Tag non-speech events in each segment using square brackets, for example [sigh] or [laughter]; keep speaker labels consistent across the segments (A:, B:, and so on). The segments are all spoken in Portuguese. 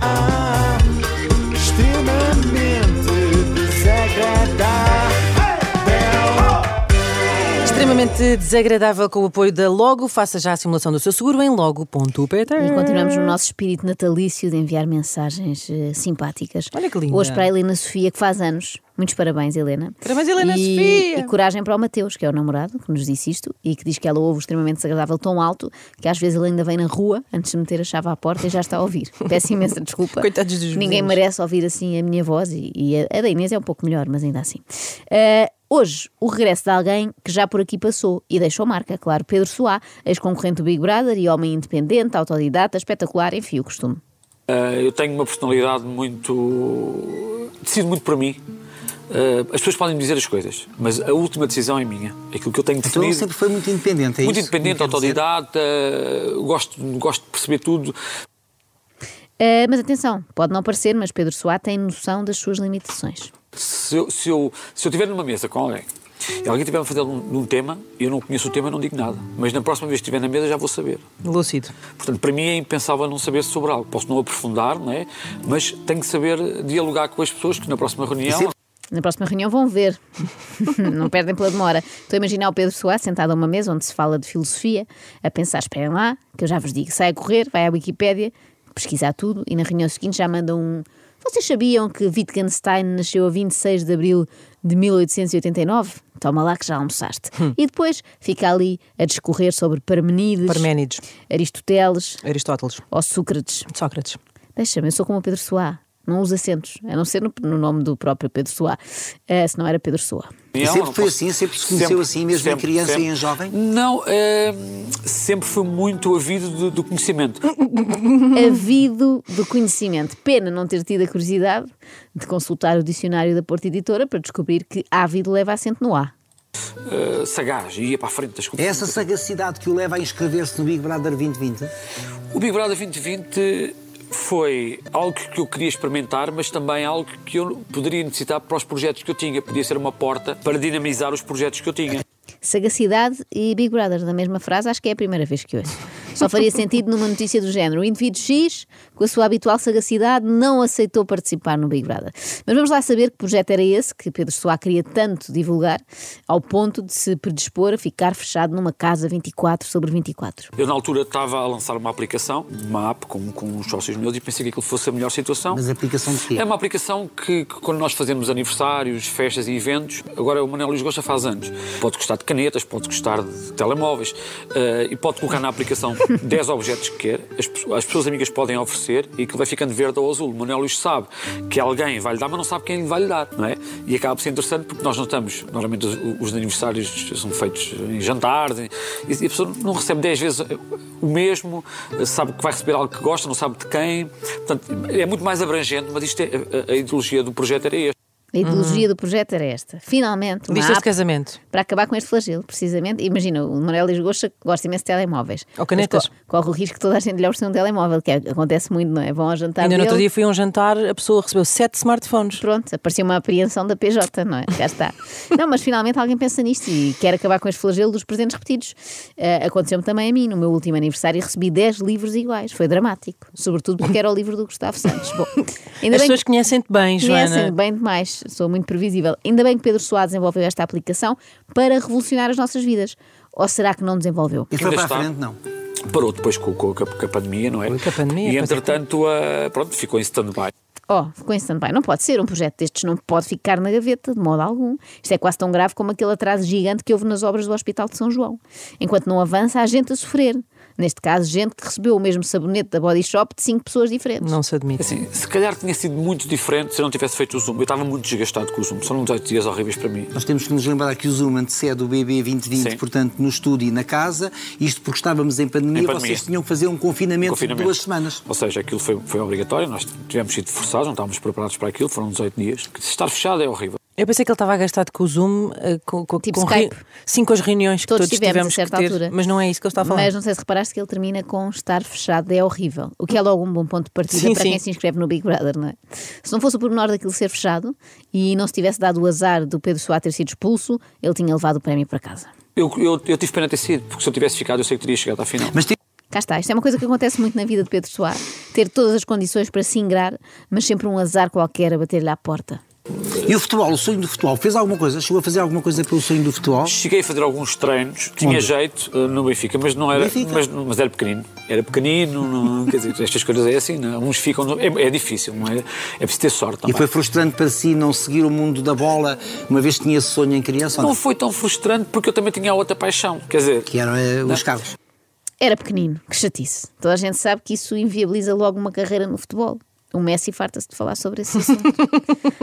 A: Ah, extremamente desagradável.
B: Extremamente desagradável com o apoio da Logo. Faça já a simulação do seu seguro em logo.pt.
C: E continuamos
B: Ah.
C: no nosso espírito natalício de enviar mensagens eh, simpáticas.
B: Olha que linda.
C: Hoje para a Helena Sofia, que faz anos. Muitos parabéns, Helena.
B: Parabéns, Helena
C: e,
B: Sofia!
C: E coragem para o Mateus, que é o namorado, que nos disse isto e que diz que ela ouve o extremamente desagradável tão alto que às vezes ele ainda vem na rua antes de meter a chave à porta e já está
B: [laughs]
C: a ouvir. Peço imensa desculpa.
B: Coitados dos
C: Ninguém
B: vizinhos.
C: merece ouvir assim a minha voz e, e a, a da Inês é um pouco melhor, mas ainda assim. Eh, hoje, o regresso de alguém que já por aqui passou e deixou marca, claro, Pedro Soá, ex-concorrente do Big Brother e homem independente, autodidata, espetacular, enfim, o costume.
D: Uh, eu tenho uma personalidade muito. decido muito por mim. Uh, as pessoas podem me dizer as coisas, mas a última decisão é minha. É Aquilo que eu tenho
E: Então
D: definido.
E: ele sempre foi muito independente, é
D: muito
E: isso?
D: independente,
E: Quer dizer,
D: autodidata, uh, gosto, gosto de perceber tudo.
C: Eh, mas atenção, pode não parecer, mas Pedro Soá tem noção das suas limitações.
D: Se eu, se, eu, se eu estiver numa mesa com alguém e alguém estiver a fazer um, num tema, eu não conheço o tema, não digo nada. Mas na próxima vez que estiver na mesa já vou saber.
B: Lúcido.
D: Portanto, para mim é impensável não saber sobre algo. Posso não aprofundar, não é? mas tenho que saber dialogar com as pessoas que na próxima reunião.
E: Isso é
C: Na próxima reunião vão ver. [laughs] não perdem pela demora. Estou a imaginar o Pedro Soares sentado a uma mesa onde se fala de filosofia, a pensar: esperem lá, que eu já vos digo. Sai a correr, vai à Wikipédia, pesquisar tudo e na reunião seguinte já manda um. Vocês sabiam que Wittgenstein nasceu a 26 de abril de 1889? Toma lá que já almoçaste. E depois fica ali a discorrer sobre Parmenides,
B: Parménides.
C: Aristoteles
B: Aristóteles.
C: ou Sócrates.
B: Sócrates.
C: Deixa-me, eu sou como o Pedro Soá. Não uso acentos, a não ser no, no nome do próprio Pedro Soá. Eh, se não era Pedro Soá.
D: Não,
E: sempre
D: não
E: foi
D: posso-
E: assim? Sempre se conheceu assim, mesmo em criança e em jovem?
D: Não, eh, sempre fui muito avido de- do conhecimento.
C: Havido do conhecimento. Pena não ter tido a curiosidade de consultar o dicionário da Porta Editora para descobrir que ávido leva acento no A.
D: Eh, sagaz, ia para a frente das
E: É
D: coisas.
E: essa sagacidade que o leva a inscrever-se no Big Brother 2020?
D: O Big Brother 2020 foi algo que eu queria experimentar, mas também algo que eu poderia necessitar para os projetos que eu tinha. Podia ser uma porta para dinamizar os projetos que eu tinha.
C: Sagacidade e Big Brother, na mesma frase, acho que é a primeira vez que ouço. Só faria sentido numa notícia do género. O indivíduo X, com a sua habitual sagacidade, não aceitou participar no Big Brother. Mas vamos lá saber que projeto era esse que Pedro Soá queria tanto divulgar, ao ponto de se predispor a ficar fechado numa casa 24 sobre 24.
D: Eu, na altura, estava a lançar uma aplicação, uma app, com, com uns sócios meus, e pensei que aquilo fosse a melhor situação.
E: Mas a aplicação de quê?
D: É uma aplicação que, que quando nós fazemos aniversários, festas e eventos, agora o Manuel Luís Gosta faz anos. Pode gostar de canetas, pode gostar de telemóveis eh, e pode colocar na aplicação 10 objetos que quer, as, pe- as pessoas amigas podem oferecer e aquilo vai ficando verde ou azul. O Manuel Luís sabe que alguém vai lhe dar, mas não sabe quem lhe vai lhe dar, não é? E acaba por ser interessante porque nós não estamos. Normalmente os, os aniversários são feitos em jantares e, e a pessoa não recebe 10 vezes o mesmo, sabe que vai receber algo que gosta, não sabe de quem. Portanto, é muito mais abrangente, mas isto é, a, a ideologia do projeto era esta.
C: A ideologia do projeto era esta. Finalmente, uma
B: Uhum. Listas de
C: app
B: casamento.
C: para acabar com este flagelo, precisamente. Imagina, o Manuel Lisgocha gosta imenso de telemóveis.
B: Ou canetas.
C: Mas co- Corre o risco que toda a gente lhe oferecer um telemóvel, que é- acontece muito, não é? Vão ao jantar
B: Ainda no
C: dele,
B: outro dia fui a um jantar, a pessoa recebeu sete smartphones.
C: Pronto, apareceu uma apreensão da PJ, não é? Cá está. Não, mas finalmente alguém pensa nisto e quer acabar com este flagelo dos presentes repetidos. Eh, Aconteceu-me também a mim. No meu último aniversário recebi 10 livros iguais. Foi dramático. Sobretudo porque era o livro do Gustavo Santos.
B: [laughs]
C: Bom, ainda
B: As
C: bem que-
B: pessoas conhecem-te bem, Joana.
C: Conhecem bem demais, sou muito previsível. Ainda bem que Pedro Soares desenvolveu esta aplicação para revolucionar as nossas vidas. Ou será que não desenvolveu?
E: E foi
D: Ainda
E: para a
D: está.
E: frente, não?
D: Parou depois com, com- com a, com a pandemia, não é?
B: Com a pandemia,
D: E
B: pois é.
D: entretanto, a- pronto, ficou em stand-by.
C: Oh, ficou em stand-by. Não pode ser, um projeto destes não pode ficar na gaveta, de modo algum. Isto é quase tão grave como aquele atraso gigante que houve nas obras do Hospital de São João. Enquanto não avança, há gente a sofrer. Neste caso, gente que recebeu o mesmo sabonete da Body Shop de cinco pessoas diferentes.
B: Não se admite.
D: Assim, se calhar tinha sido muito diferente se eu não tivesse feito o Zoom. Eu estava muito desgastado com o Zoom. São 18 dias horríveis para mim.
E: Nós temos que nos lembrar que o Zoom antecede o BB 2020,
D: Sim.
E: portanto, no estúdio e na casa. Isto porque estávamos em pandemia,
D: Em pandemia.
E: vocês tinham que fazer um confinamento, de
D: Confinamento.
E: duas semanas.
D: Ou seja, aquilo foi, foi obrigatório, nós tivemos sido forçados, não estávamos preparados para aquilo, foram 18 dias. Estar fechado é horrível.
B: Eu pensei que ele estava gastado com o Zoom, eh, com, com,
C: Tipo
B: com
C: Skype.
B: sim, com as reuniões que
C: Todos
B: todos,
C: tivemos,
B: tivemos
C: a certa
B: que ter,
C: altura.
B: mas não é isso que ele está a falar.
C: Mas não sei se reparaste que ele termina com estar fechado é horrível, o que é logo um bom ponto de partida
B: Sim,
C: para
B: sim.
C: quem se inscreve no Big Brother, não é? Se não fosse o pormenor daquilo ser fechado e não se tivesse dado o azar do Pedro Soares ter sido expulso, ele tinha levado o prémio para casa.
D: Eu, eu, eu tive pena de ter sido, porque se eu tivesse ficado, eu sei que teria chegado à final.
E: Mas
C: Cá está, isto é uma coisa que acontece muito na vida de Pedro Soares, ter todas as condições para se ingrar, mas sempre um azar qualquer a bater-lhe à porta.
E: E o futebol, o sonho do futebol, fez alguma coisa? Chegou a fazer alguma coisa pelo sonho do futebol?
D: Cheguei a fazer alguns treinos, tinha jeito eh, no Benfica, mas não era,
E: Benfica?
D: mas, mas era pequenino. Era pequenino, não- quer dizer, estas coisas é assim, não é? uns ficam, no- é, é difícil, não é? É preciso ter sorte
E: E
D: também.
E: foi frustrante para si não seguir o mundo da bola, uma vez que tinha esse sonho em criança? ou
D: Não
E: Não.
D: foi tão frustrante porque eu também tinha outra paixão, quer dizer,
E: Que eram eh, os carros.
C: Era pequenino, que chatice. Toda a gente sabe que isso inviabiliza logo uma carreira no futebol. O Messi farta-se de falar sobre esse assunto.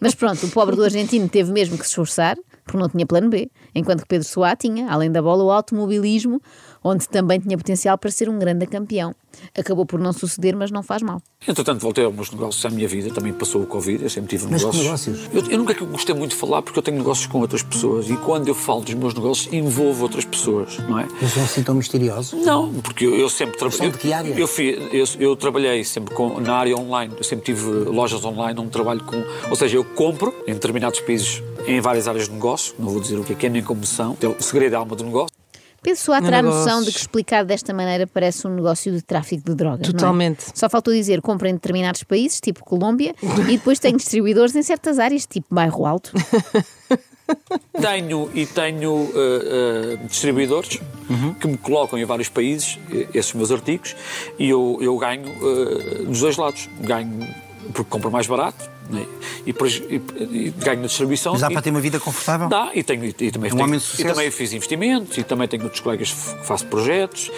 C: Mas pronto, o pobre do argentino teve mesmo que se esforçar, porque não tinha plano B, enquanto que Pedro Soá tinha, além da bola, o automobilismo, onde também tinha potencial para ser um grande campeão. Acabou por não suceder, mas não faz mal.
D: Entretanto, voltei aos meus negócios à minha vida, também passou o Covid, eu sempre tive
E: Mas que
D: negócios.
E: negócios?
D: Eu, eu nunca gostei muito de falar porque eu tenho negócios com outras pessoas e quando eu falo dos meus negócios envolvo outras pessoas, não é?
E: Eles são assim tão misteriosos.
D: Não, porque eu, eu sempre
E: São
D: trabalhei.
E: de que área?
D: Eu, fi- eu, eu trabalhei sempre com- na área online. Eu sempre tive eh, lojas online onde trabalho com. Ou seja, eu compro em determinados países, em várias áreas de negócio. Não vou dizer o que é que é, nem como são. É o segredo da alma do negócio.
C: Pedro Soá terá a
B: Negócios.
C: noção de que explicar desta maneira parece um negócio de tráfico de drogas. não é?
B: Totalmente.
C: Só faltou dizer compra em determinados países, tipo Colômbia, [laughs] e depois tem distribuidores em certas áreas, tipo Bairro Alto.
D: Tenho e tenho eh, eh, distribuidores que me colocam em vários países eh, esses meus artigos e eu, eu ganho eh, dos dois lados. Ganho porque compro mais barato né? e, depois- e- e ganho na distribuição.
E: Mas dá
D: e-
E: para ter uma vida confortável?
D: Dá, e, tenho, e, e também,
E: um
D: tenho-
E: homem de sucesso.
D: e também fiz investimentos, e também tenho outros colegas que f- que faço projetos.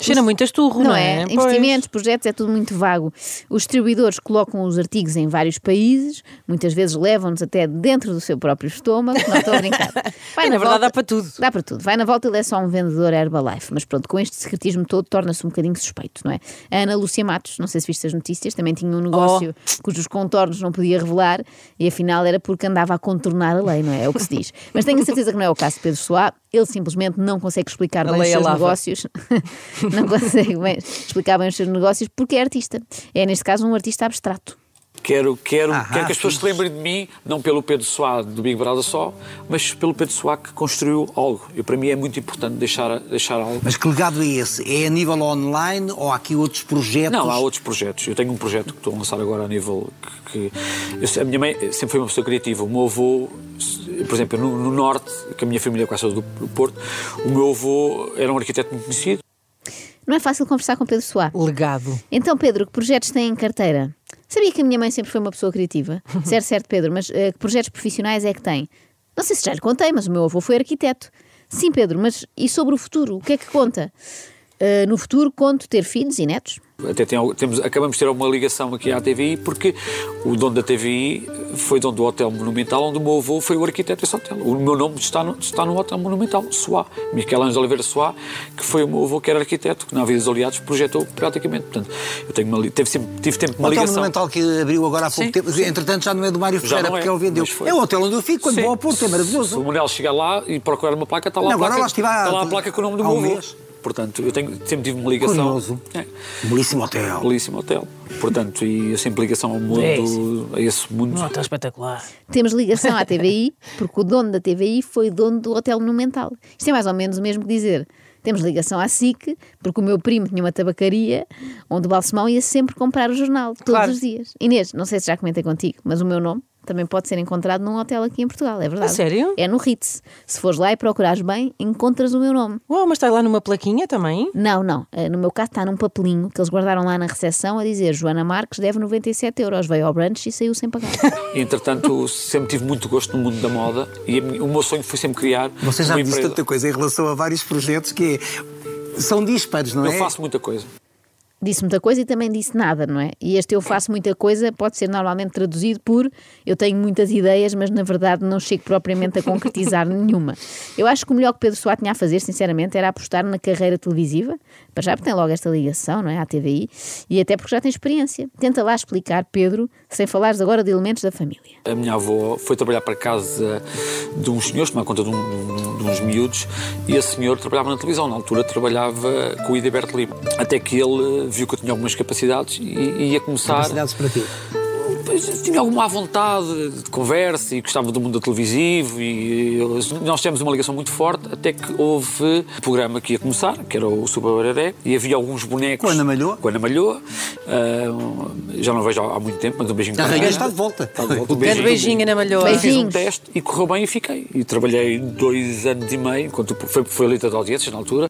B: Cheira muito a esturro, não,
C: Não é?
B: Pois.
C: Investimentos, projetos, é tudo muito vago. Os distribuidores colocam os artigos em vários países, muitas vezes levam-nos até dentro do seu próprio estômago. Não estou a
B: [laughs]
C: brincar. Vai
B: É, na verdade, dá para tudo.
C: Dá para tudo. Vai na volta, ele é só um vendedor Herbalife. Mas pronto, com este secretismo todo, torna-se um bocadinho suspeito, não é? A Ana Lúcia Matos, não sei se viste as notícias, também tinha um
B: Oh.
C: negócio cujos contornos não podia revelar e afinal era porque andava a contornar a lei, não é? É o que se diz. Mas tenho a certeza que não é o caso de Pedro Soá. Ele simplesmente não consegue explicar bem os
B: lei é
C: seus
B: lava.
C: negócios negócios, [laughs] não consegue bem explicar bem os seus negócios, porque é artista. É, neste caso, um artista abstrato.
D: Quero, quero,
E: Ahá,
D: quero que as pessoas
E: sim.
D: se lembrem de mim, não pelo Pedro Soá do Big Brother só, mas pelo Pedro Soá que construiu algo. E para mim é muito importante deixar, deixar algo.
E: Mas que legado é esse? É a nível online ou há aqui outros projetos?
D: Não, há outros projetos. Eu tenho um projeto que estou a lançar agora a nível que. que- eu sei- a minha mãe sempre foi uma pessoa criativa. O meu avô, se- por exemplo, no, no Norte, que a minha família é quase toda do do Porto, o meu avô era um arquiteto muito conhecido.
C: Não é fácil conversar com Pedro Soá.
B: Legado.
C: Então, Pedro, que projetos tem em carteira? Sabia que a minha mãe sempre foi uma pessoa criativa. Certo, certo, Pedro, mas eh, que projetos profissionais é que tem? Não sei se já lhe contei, mas o meu avô foi arquiteto. Sim, Pedro, mas e sobre o futuro? O que é que conta? Eh, no futuro, conto ter filhos e netos.
D: Até tem algo- temos, acabamos de ter uma ligação aqui à TVI, porque o dono da TVI foi dono do Hotel Monumental, onde o meu avô foi o arquiteto desse hotel. O meu nome está no, está no Hotel Monumental, Soá. Miguel Ângelo Oliveira Soá, que foi o meu avô que era arquiteto, que na Vida dos Aliados projetou praticamente. Portanto, eu tenho uma, li- teve sempre, tive tempo uma
E: O hotel
D: ligação.
E: monumental um que abriu agora há pouco
D: Sim,
E: tempo, entretanto já não é do Mário Ferreira,
D: não é,
E: porque ele vendeu.
D: mas foi.
E: É o hotel onde eu fico quando
D: Sim.
E: vou ao Porto, é
D: Se o
E: maravilhoso.
D: Manel chegar lá e procurar uma placa, está lá,
E: Não,
D: a,
E: agora
D: placa,
E: lá estive há-
D: está lá a placa com o nome do
E: há
D: meu
E: um
D: avô.
E: mês.
D: Portanto, eu tenho, sempre tive uma ligação.
E: Curioso.
D: É.
E: Um Belíssimo hotel.
D: Belíssimo hotel. Portanto, e eu sempre ligação ao mundo,
B: Belíssimo.
D: a esse mundo.
B: Não, está espetacular.
C: Temos ligação à TVI, porque o dono da TVI foi dono do Hotel Monumental. Isto é mais ou menos o mesmo que dizer. Temos ligação à SIC, porque o meu primo tinha uma tabacaria onde o Balsemão ia sempre comprar o jornal, todos
B: Claro.
C: os dias. Inês, não sei se já comentei contigo, mas o meu nome também pode ser encontrado num hotel aqui em Portugal, é verdade.
B: A sério?
C: É no Ritz. Se fores lá e procurares bem, encontras o meu nome.
B: Uau, mas está lá numa plaquinha também?
C: Não, não. Eh, No meu caso está num papelinho que eles guardaram lá na recepção a dizer Joana Marques deve 97 euros, veio ao brunch e saiu
B: [laughs]
C: sem pagar.
D: E, Entretanto, sempre tive muito gosto no mundo da moda e a minha- o meu sonho foi sempre criar.
E: Você já
D: uma
E: me disse
D: empresa.
E: tanta coisa em relação a vários projetos que é. São díspares, não
D: Eu
E: é?
D: faço muita coisa.
C: Disse muita coisa e também disse nada, não é? E este eu faço muita coisa pode ser normalmente traduzido por eu tenho muitas ideias, mas na verdade não chego propriamente a concretizar nenhuma. Eu acho que o melhor que Pedro Soares tinha a fazer, sinceramente, era apostar na carreira televisiva, para já porque tem logo esta ligação, não é? À TVI, e até porque já tem experiência. Tenta lá explicar, Pedro, sem falares agora de elementos da família.
D: A minha avó foi trabalhar para casa de uns senhores, tomar conta de, um- de uns miúdos, e esse senhor trabalhava na televisão. Na altura trabalhava com o Ideberto Lima. Até que ele viu que eu tinha algumas capacidades e, e ia começar.
E: Capacidades para quê?
D: Pois, tinha alguma à vontade de conversa e gostava do mundo televisivo e eu- nós tivemos uma ligação muito forte até que houve um programa que ia começar, que era o Subararé, e havia alguns bonecos...
E: Com a Ana Malhoa.
D: Com a Ana Malhoa. Ah, já não a vejo há, há muito tempo, mas um beijinho
E: A
D: para a
E: rainha
D: Ana.
E: está de volta.
D: Está de volta. Um
B: Grande beijinho, Ana Malhoa.
C: Beijinho.
D: Fiz um
C: Beijinhos.
D: teste e correu bem e fiquei. E trabalhei dois anos e meio, enquanto foi, foi eleita de audiências na altura.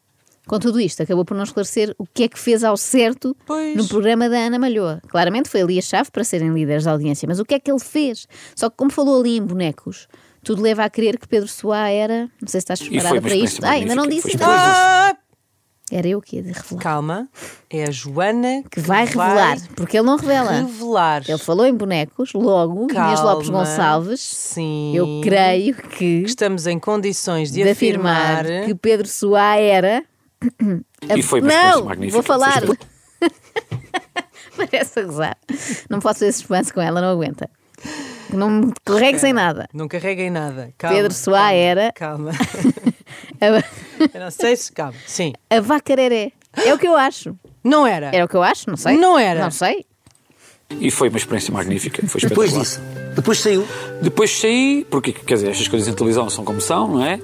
C: Com tudo isto, acabou por não esclarecer o que é que fez ao certo
B: Pois.
C: no programa da Ana Malhoa. Claramente foi ali a chave para serem líderes da audiência, mas o que é que ele fez? Só que, como falou ali em bonecos, tudo leva a crer que Pedro Soá era. Não sei se estás
D: foi
C: preparada
D: uma
C: para isto.
D: experiência
C: Ah, ainda não
D: magnífica,
C: disse
D: foi
C: nada.
B: Ah,
C: Era eu que ia de revelar.
B: calma, é a Joana
C: Que vai revelar, porque ele não revela.
B: revelar.
C: Ele falou em bonecos, logo, Inês
B: Calma.
C: Lopes Gonçalves.
B: Sim.
C: Eu creio que.
B: que estamos em condições de,
C: de afirmar que Pedro Soá era.
D: E foi uma experiência
C: É Não,
D: magnífica,
C: vou falar.
D: seja-
C: Parece a gozar. Não posso fazer suspense com ela, não aguenta. Não me corregues em nada.
B: Não carreguem nada. Calma,
C: Pedro Soá
B: calma,
C: era-
B: Calma. [laughs]
C: A,
B: Eu não sei se. Calma. Sim.
C: [laughs] a vacareré. É o que eu acho.
B: Não era.
C: Era o que eu acho, não sei.
B: Não era.
C: Não sei.
D: E foi uma experiência magnífica. Foi
E: Depois
D: espetacular.
E: disso. Depois saiu.
D: Depois saí, porque quer dizer, estas coisas em televisão são como são, não é?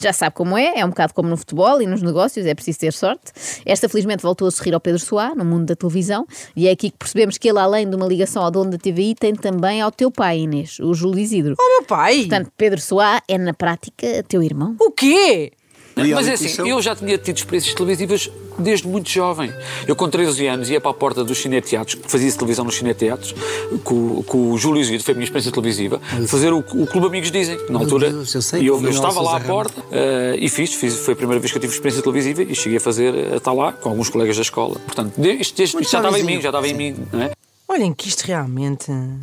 C: Já sabe como é, é um bocado como no futebol e nos negócios, é preciso ter sorte. Esta, felizmente, voltou a sorrir ao Pedro Soá, no mundo da televisão, e é aqui que percebemos que ele, além de uma ligação ao dono da TVI, tem também ao teu pai, Inês, o Júlio Isidro.
B: O Ah, meu pai.
C: Portanto, Pedro Soá é, na prática, teu irmão.
B: o quê?
D: Mas
E: Reality
D: é assim,
E: show.
D: eu já tinha tido experiências televisivas desde muito jovem. Eu, com 13 anos, ia para a porta dos cineteatros, fazia televisão nos cineteatros, com, com o Júlio Zito, foi a minha experiência televisiva, fazer o, o Clube Amigos Dizem. Na altura,
E: Deus, eu sei,
D: e eu,
E: com o
D: eu
E: Manuel
D: estava lá à
E: Sousa Ramos.
D: porta eh, e fiz, fiz, foi a primeira vez que eu tive experiência televisiva e cheguei a fazer, eh, a estar lá, com alguns colegas da escola. Portanto, desde, desde, isto já estava em
E: jovenzinho.
D: mim, já estava em mim, não é?
B: Olhem que isto realmente. Ah,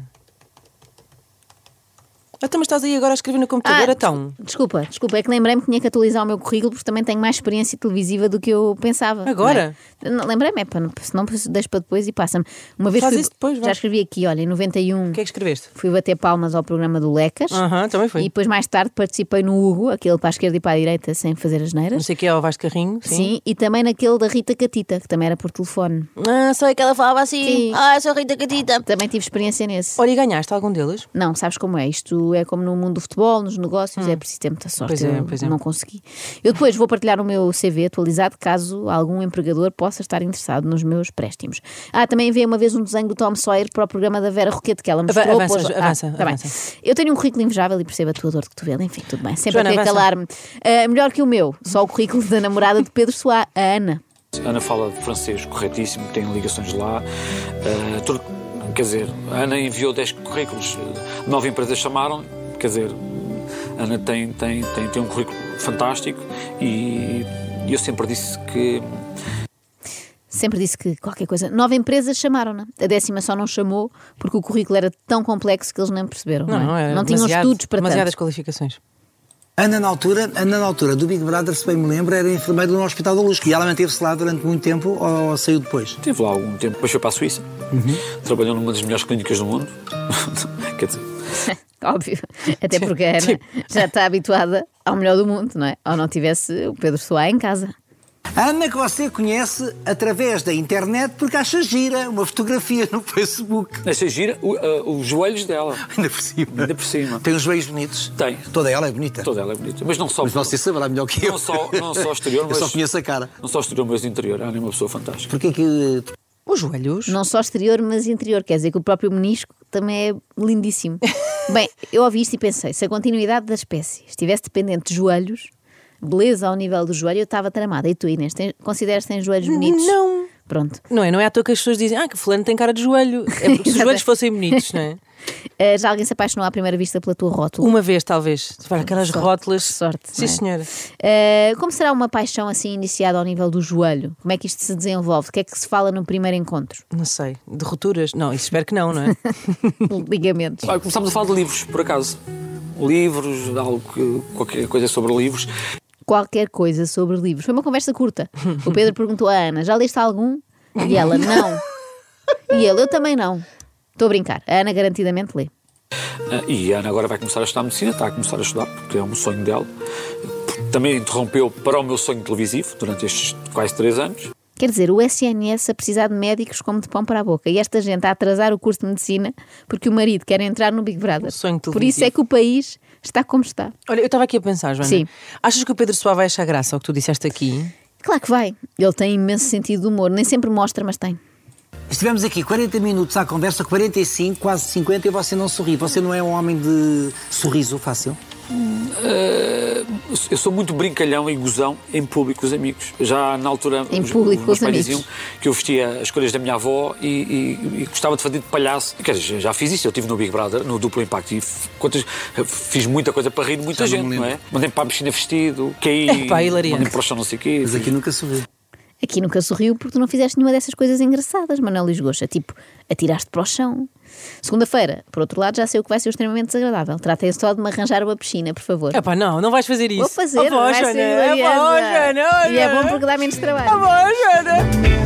B: Então, mas estás aí agora a escrever no computador, então.
C: Ah, des- Desculpa, desculpa, é que lembrei-me que tinha que atualizar o meu currículo porque também tenho mais experiência televisiva do que eu pensava.
B: Agora?
C: Não é? Não, Lembrei-me, é para não, senão deixo para depois e passa-me. Uma vez
B: Faz
C: fui-
B: isso depois, vai.
C: já escrevi aqui, olha, em 91
B: O que Ah, é que escreveste?
C: fui bater palmas ao programa do Lecas.
B: Aham, também fui.
C: E depois mais tarde participei no Hugo, aquele para a esquerda e para a direita sem fazer as
B: Não
C: neiras.
B: sei o que é o Vasco Carrinho.
C: Sim. e também naquele da Rita Catita, que também era por telefone.
B: Ah, sei que ela falava assim.
C: Sim.
B: Ah, sou Rita Catita.
C: Também tive experiência nesse.
B: Olha, e ganhaste algum deles?
C: Não, sabes como é? Isto é como no mundo do futebol, nos negócios, é preciso ter muita sorte.
B: Hum. Pois é,
C: Eu
B: pois é.
C: Não consegui. Eu depois vou partilhar o meu CV atualizado, caso algum empregador possa estar interessado nos meus préstimos. Ah, também enviei uma vez um desenho do Tom Sawyer para o programa da Vera Roquete, que ela mostrou.
B: avança,
C: pôs-
B: Jo- avança,
C: tá bem.
B: avança.
C: Eu tenho um currículo invejável e percebo a tua dor de cotovelo, enfim, tudo bem. Sempre
B: Joana,
C: a querer
B: avança.
C: calar-me. Ah, melhor que o meu, só o currículo da namorada de Pedro Soá, a Ana.
D: A Ana fala francês corretíssimo, tem ligações lá. Eh, tur- quer dizer, a Ana enviou 10 currículos, eh, nove empresas chamaram, quer dizer, a Ana tem, tem, tem, tem um currículo fantástico e eu sempre disse que
C: Sempre disse que qualquer coisa. Nove empresas chamaram-na. A décima só não chamou porque o currículo era tão complexo que eles nem perceberam. Não, é?
B: era
C: tinham
B: demasiado-
C: estudos para tanto.
B: Demasiadas qualificações.
E: Ana na altura, Ana na altura do Big Brother, se bem me lembro, era enfermeira no Hospital da Luz. E ela manteve-se lá durante muito tempo ou, saiu depois?
D: teve lá algum tempo, depois foi para a Suíça, trabalhou numa das melhores clínicas do mundo. [laughs] quer dizer,
C: [laughs] Óbvio. Até porque a Ana
B: Tipo,
C: já está habituada ao melhor do mundo, não é? Ou não tivesse o Pedro Soá em casa.
E: A Ana que você conhece através da internet porque acha gira uma fotografia no Facebook.
D: nessa gira, o- eh, os joelhos dela.
E: Ainda por cima.
D: Ainda por cima.
E: Tem uns joelhos bonitos.
D: Tem.
E: Toda ela é bonita.
D: Toda ela é bonita, mas não só.
E: Mas você saberá melhor que eu.
D: não só, não só exterior,
E: [laughs] Eu
D: mas.
E: só conheço a cara.
D: Não só exterior, mas interior. A Ana é uma pessoa fantástica.
E: Porquê que
B: Os joelhos?
C: Não só exterior, mas interior. Quer dizer que o próprio menisco também é
B: [laughs]
C: lindíssimo. Bem, eu ouvi isto e pensei: se a continuidade da espécie estivesse dependente de joelhos, beleza ao nível do joelho, eu estava tramada. E tu, Inês, tens, consideras que tens joelhos bonitos?
B: Não.
C: Pronto.
B: Não é? Não é à toa que as pessoas dizem, ah, que fulano tem cara de joelho. É
C: [laughs]
B: porque se os joelhos fossem bonitos, não é?
C: Ah, já alguém se apaixonou à primeira vista pela tua rótula?
B: Uma vez, talvez. Para aquelas
C: Sorte,
B: rótulas.
C: que sorte,
B: Sim,
C: não é?
B: senhora.
C: Ah, como será uma paixão assim iniciada ao nível do joelho? Como é que isto se desenvolve? O que é que se fala no primeiro encontro?
B: Não sei. De roturas? Não, isso espero que não,
C: [laughs]
B: não é?
C: Um Ligamentos.
D: Olha, começámos a falar de livros, por acaso. Livros, algo que- qualquer coisa sobre livros.
C: Qualquer coisa sobre livros. Foi uma conversa curta. O Pedro perguntou à Ana: já leste algum? E ela: não. E ele: eu também não. Estou a brincar. A Ana garantidamente lê.
D: Ah, E a Ana agora vai começar a estudar medicina, está a começar a estudar, porque é um sonho dela. Também interrompeu para o meu sonho televisivo durante estes quase três anos.
C: Quer dizer, o SNS a precisar de médicos como de pão para a boca e esta gente a atrasar o curso de medicina porque o marido quer entrar no Big Brother.
B: sonho
C: Por isso
B: televisivo.
C: é que o país está como está.
B: Olha, eu estava aqui a pensar, Joana.
C: Sim.
B: Achas que o Pedro Soares vai achar graça ao que tu disseste aqui?
C: Claro que vai. Ele tem imenso sentido de humor. Nem sempre mostra, mas tem.
E: Estivemos aqui 40 minutos à conversa, 45, quase 50, e você não sorri. Você não é um homem de sorriso fácil?
D: Eh, Eu sou muito brincalhão e gozão em público com os amigos. Já na altura,
C: Em público com os
D: meus pais
C: amigos.
D: diziam que eu vestia as cores da minha avó e, e- e gostava de fazer de palhaço. Quer dizer, já fiz isso. Eu estive no Big Brother, no duplo impacto, e f- quantas- fiz muita coisa para rir de muita
E: Já não
D: gente,
E: me
D: não, é?
E: lembro.
D: Mandei para a piscina vestido,
C: É
D: caí,
B: Epá, hilariante.
D: mandei para o chão não sei o quê.
E: Mas aqui nunca sorri.
C: Aqui nunca sorriu porque tu não fizeste nenhuma dessas coisas engraçadas, Manuel Luís Goxa. Tipo, atiraste para o chão. Segunda-feira, por outro lado, já sei o que vai ser extremamente desagradável. Tratem só de me arranjar uma piscina, por favor.
B: Epá, não, não vais fazer É isso.
C: Vou fazer,
B: Oh, vó,
C: vai ser
B: Joana, oh, vó,
C: gloriosa.
B: Joana,
C: E é
B: olha.
C: bom porque dá menos trabalho.
B: Oh, vó, Joana.